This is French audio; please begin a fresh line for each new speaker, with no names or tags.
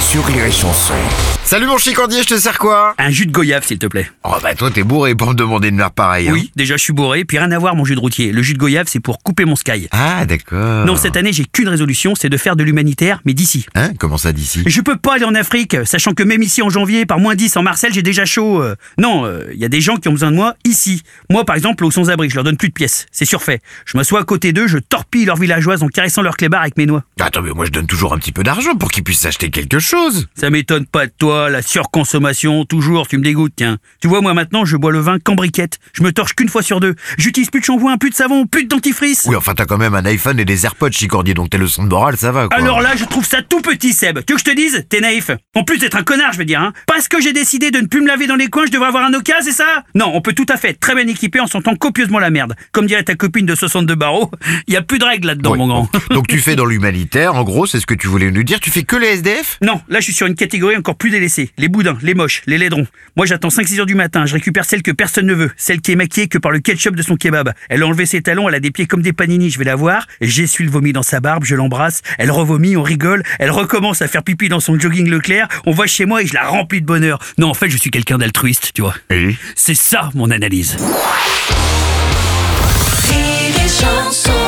sur Rire et Chanson.
Salut mon chicandier, je te sers quoi
Un jus de goyave, s'il te plaît.
Oh bah toi t'es bourré pour me demander de faire pareil. hein.
Oui, déjà je suis bourré, puis rien à voir mon jus de routier. Le jus de goyave, c'est pour couper mon sky.
Ah d'accord.
Non, cette année, j'ai qu'une résolution, c'est de faire de l'humanitaire, mais d'ici.
Hein Comment ça d'ici
Je peux pas aller en Afrique, sachant que même ici en janvier, par moins 10 en Marseille, j'ai déjà chaud. euh. Non, il y a des gens qui ont besoin de moi ici. Moi, par exemple, aux sans-abri, je leur donne plus de pièces. C'est surfait. Je m'assois à côté d'eux, je torpille leurs villageoises en caressant leurs clébards avec mes noix.
Bah, Attends mais moi je donne toujours un petit peu d'argent pour qu'ils puissent s'acheter quelque chose.
Ça m'étonne pas de toi, la surconsommation, toujours, tu me dégoûtes, tiens. Tu vois, moi maintenant, je bois le vin qu'en briquette. Je me torche qu'une fois sur deux. J'utilise plus de shampoing, plus de savon, plus de dentifrice.
Oui enfin t'as quand même un iPhone et des AirPods chicordier donc t'es le son de morale ça va quoi.
Alors là, je trouve ça tout petit, Seb. Tu veux que je te dise T'es naïf. En plus d'être un connard, je veux dire. Hein. Parce que j'ai décidé de ne plus me laver dans les coins, je devrais avoir un Nokia, c'est ça Non, on peut tout à fait être très bien équipé en sentant copieusement la merde. Comme dirait ta copine de 62 barreaux, il y a plus de règles là-dedans,
Oui,
mon grand.
bon. Donc tu fais dans l'humanitaire, en gros c'est ce que tu voulais nous dire, tu fais que les SDF
Non, là je suis sur une catégorie encore plus délaissée. Les boudins, les moches, les laidrons. Moi j'attends 5-6 heures du matin, je récupère celle que personne ne veut, celle qui est maquillée que par le ketchup de son kebab. Elle a enlevé ses talons, elle a des pieds comme des panini, je vais la voir. J'essuie le vomi dans sa barbe, je l'embrasse, elle revomit, on rigole, elle recommence à faire pipi dans son jogging Leclerc, on va chez moi et je la remplis de bonheur. Non, en fait je suis quelqu'un d'altruiste, tu vois.
Et
C'est ça mon analyse.
Rire et chanson.